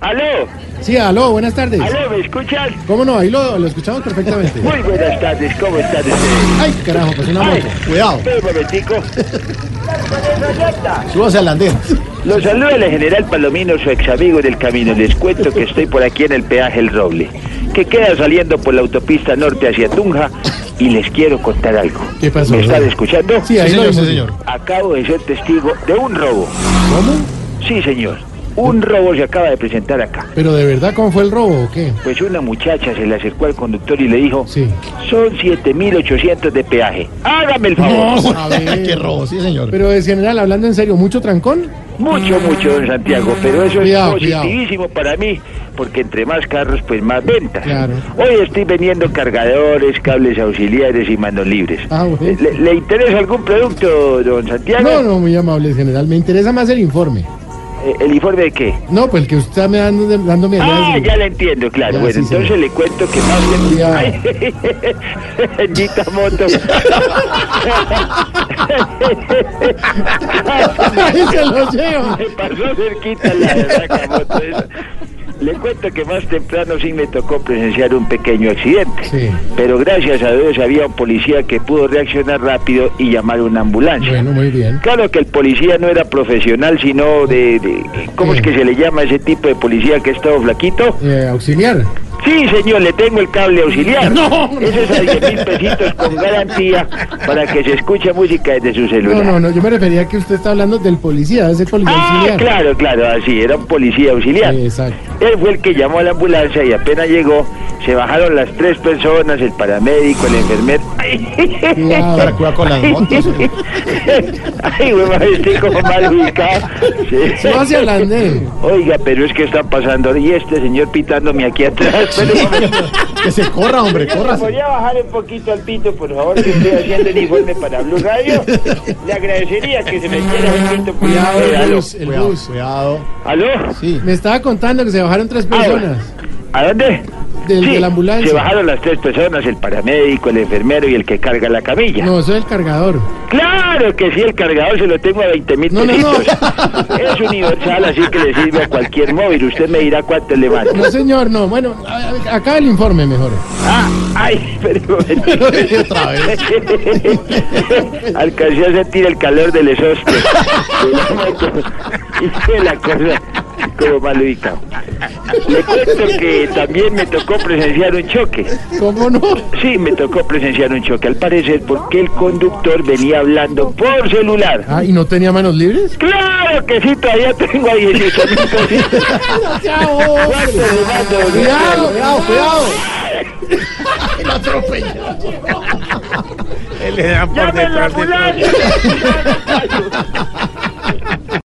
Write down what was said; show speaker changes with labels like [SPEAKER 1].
[SPEAKER 1] Aló,
[SPEAKER 2] Sí, aló, buenas tardes.
[SPEAKER 1] aló, ¿me escuchas?
[SPEAKER 2] ¿Cómo no? Ahí lo, lo escuchamos perfectamente.
[SPEAKER 1] Muy buenas tardes, ¿cómo están ustedes?
[SPEAKER 2] Ay, carajo, pues una moto. Cuidado,
[SPEAKER 1] Espera un momentico.
[SPEAKER 2] súbase al andén.
[SPEAKER 1] Los saluda el general Palomino, su ex amigo del camino. Les cuento que estoy por aquí en el peaje El Roble, que queda saliendo por la autopista norte hacia Tunja, y les quiero contar algo.
[SPEAKER 2] ¿Qué pasó,
[SPEAKER 1] ¿Me están
[SPEAKER 2] Roble?
[SPEAKER 1] escuchando?
[SPEAKER 2] Sí, ahí
[SPEAKER 3] Sí,
[SPEAKER 2] lo
[SPEAKER 3] señor,
[SPEAKER 2] vimos.
[SPEAKER 3] sí, señor.
[SPEAKER 1] Acabo de ser testigo de un robo.
[SPEAKER 2] ¿Cómo?
[SPEAKER 1] Sí, señor. Un robo se acaba de presentar acá.
[SPEAKER 2] ¿Pero de verdad cómo fue el robo o qué?
[SPEAKER 1] Pues una muchacha se le acercó al conductor y le dijo,
[SPEAKER 2] Sí.
[SPEAKER 1] son 7.800 de peaje. Hágame el favor.
[SPEAKER 2] A ver.
[SPEAKER 3] Qué robo, sí, señor.
[SPEAKER 2] Pero en general, hablando en serio, ¿mucho trancón?
[SPEAKER 1] Mucho, mucho, don Santiago, pero eso
[SPEAKER 2] Cuidado,
[SPEAKER 1] es positivísimo para mí, porque entre más carros, pues más ventas.
[SPEAKER 2] Claro.
[SPEAKER 1] Hoy estoy vendiendo cargadores, cables auxiliares y manos libres.
[SPEAKER 2] Ah, bueno.
[SPEAKER 1] ¿Le, le interesa algún producto, don Santiago?
[SPEAKER 2] No, no, muy amable, general. Me interesa más el informe.
[SPEAKER 1] Eh, ¿El informe de qué?
[SPEAKER 2] No, pues el que usted está me dando, dándome allá
[SPEAKER 1] Ah,
[SPEAKER 2] es-
[SPEAKER 1] ya la entiendo, claro.
[SPEAKER 2] Ya,
[SPEAKER 1] bueno,
[SPEAKER 2] sí,
[SPEAKER 1] entonces
[SPEAKER 2] señor.
[SPEAKER 1] le cuento que más le...
[SPEAKER 2] Ya.
[SPEAKER 1] Ay, Bendita moto.
[SPEAKER 2] Ay, se lo lleva.
[SPEAKER 1] Me pasó cerquita la verdad, moto esa. Le cuento que más temprano sí me tocó presenciar un pequeño accidente.
[SPEAKER 2] Sí.
[SPEAKER 1] Pero gracias a Dios había un policía que pudo reaccionar rápido y llamar una ambulancia.
[SPEAKER 2] Bueno, muy bien.
[SPEAKER 1] Claro que el policía no era profesional, sino de... de- ¿Cómo es
[SPEAKER 2] Sí.
[SPEAKER 1] que se le llama a ese tipo de policía que es todo flaquito?
[SPEAKER 2] Eh, auxiliar.
[SPEAKER 1] Sí, señor, le tengo el cable auxiliar.
[SPEAKER 2] No, hombre.
[SPEAKER 1] Ese es a 10 mil pesitos con garantía para que se escuche música desde su
[SPEAKER 2] No,
[SPEAKER 1] celular.
[SPEAKER 2] no, no, yo me refería a que usted está hablando del policía, de ese policía
[SPEAKER 1] Ah,
[SPEAKER 2] auxiliar.
[SPEAKER 1] claro, claro, así, era un policía auxiliar.
[SPEAKER 2] Sí, exacto.
[SPEAKER 1] Él fue el que llamó a la ambulancia y apenas llegó, se bajaron las tres personas, el paramédico, el enfermero. Ay,
[SPEAKER 2] Cuidado.
[SPEAKER 3] Para cuidar con las motos. eh.
[SPEAKER 1] ay, güey, madre, estoy como mal ubicado. Sí.
[SPEAKER 2] Súbase al andén.
[SPEAKER 1] Oiga, pero es que está pasando y este señor pitándome aquí atrás. Pero,
[SPEAKER 3] Que se corra, hombre, corra.
[SPEAKER 1] ¿Podría bajar un poquito al pito, por favor? Que estoy haciendo el informe para Blue Radio. Le agradecería que se me quiera el pito. por
[SPEAKER 2] Cuidado,
[SPEAKER 1] favor.
[SPEAKER 2] el
[SPEAKER 1] Aló.
[SPEAKER 2] bus, el
[SPEAKER 3] Cuidado,
[SPEAKER 2] bus.
[SPEAKER 3] cuidado.
[SPEAKER 1] ¿Aló?
[SPEAKER 3] Sí.
[SPEAKER 2] Me estaba contando que se bajaron tres
[SPEAKER 1] Ah,
[SPEAKER 2] personas.
[SPEAKER 1] bueno. ¿A dónde?
[SPEAKER 2] Del- de la ambulancia.
[SPEAKER 1] Se bajaron las tres personas, el paramédico, el enfermero y el que carga la camilla.
[SPEAKER 2] No, eso es el cargador.
[SPEAKER 1] Claro que sí, el cargador se lo tengo a 20 mil
[SPEAKER 2] No, no, no.
[SPEAKER 1] pesitos. Es universal, así que le sirve a cualquier móvil. Usted me dirá cuánto le manda.
[SPEAKER 2] No, señor, no. Bueno, a- a- acá el informe mejor.
[SPEAKER 1] Ah, ay, pero un momentito.
[SPEAKER 3] Otra vez.
[SPEAKER 1] Alcancé a sentir el calor del exhausto. Y fue la cosa como mal ubicado. Le cuento que también me tocó presenciar un choque.
[SPEAKER 2] ¿Cómo no?
[SPEAKER 1] Sí, me tocó presenciar un choque, al parecer porque el conductor venía hablando por celular.
[SPEAKER 2] Ah, ¿y no tenía manos libres?
[SPEAKER 1] ¡Claro que sí! Todavía tengo a 18 mil pesitos. ¿Cuánto le mando, don
[SPEAKER 2] oh. Cuidado,
[SPEAKER 1] Santiago?
[SPEAKER 2] cuidado, cuidado.
[SPEAKER 1] ¡Llame a la ambulancia!